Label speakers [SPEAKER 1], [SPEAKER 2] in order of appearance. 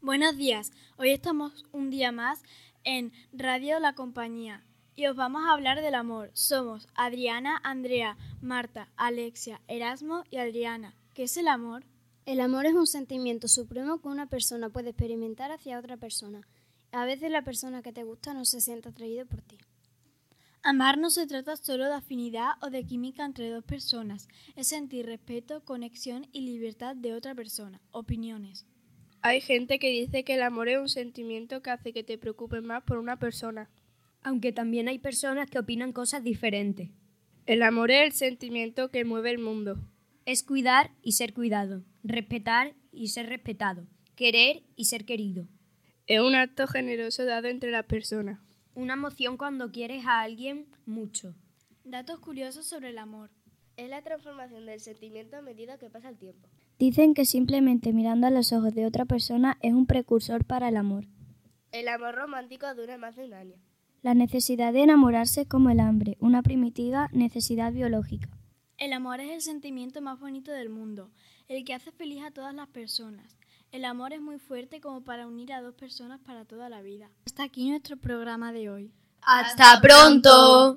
[SPEAKER 1] Buenos días, hoy estamos un día más en Radio La Compañía y os vamos a hablar del amor. Somos Adriana, Andrea, Marta, Alexia, Erasmo y Adriana. ¿Qué es el amor?
[SPEAKER 2] El amor es un sentimiento supremo que una persona puede experimentar hacia otra persona. A veces la persona que te gusta no se siente atraída por ti.
[SPEAKER 1] Amar no se trata solo de afinidad o de química entre dos personas, es sentir respeto, conexión y libertad de otra persona. Opiniones.
[SPEAKER 3] Hay gente que dice que el amor es un sentimiento que hace que te preocupes más por una persona.
[SPEAKER 4] Aunque también hay personas que opinan cosas diferentes.
[SPEAKER 3] El amor es el sentimiento que mueve el mundo.
[SPEAKER 4] Es cuidar y ser cuidado, respetar y ser respetado, querer y ser querido.
[SPEAKER 3] Es un acto generoso dado entre las personas.
[SPEAKER 4] Una emoción cuando quieres a alguien mucho.
[SPEAKER 1] Datos curiosos sobre el amor.
[SPEAKER 5] Es la transformación del sentimiento a medida que pasa el tiempo.
[SPEAKER 6] Dicen que simplemente mirando a los ojos de otra persona es un precursor para el amor.
[SPEAKER 5] El amor romántico dura más de un año.
[SPEAKER 6] La necesidad de enamorarse es como el hambre, una primitiva necesidad biológica.
[SPEAKER 1] El amor es el sentimiento más bonito del mundo, el que hace feliz a todas las personas. El amor es muy fuerte como para unir a dos personas para toda la vida. Hasta aquí nuestro programa de hoy.
[SPEAKER 7] ¡Hasta pronto!